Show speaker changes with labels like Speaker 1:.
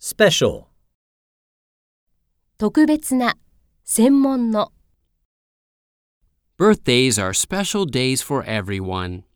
Speaker 1: special,
Speaker 2: 特別な、専門の。
Speaker 3: Birthdays are special days for everyone.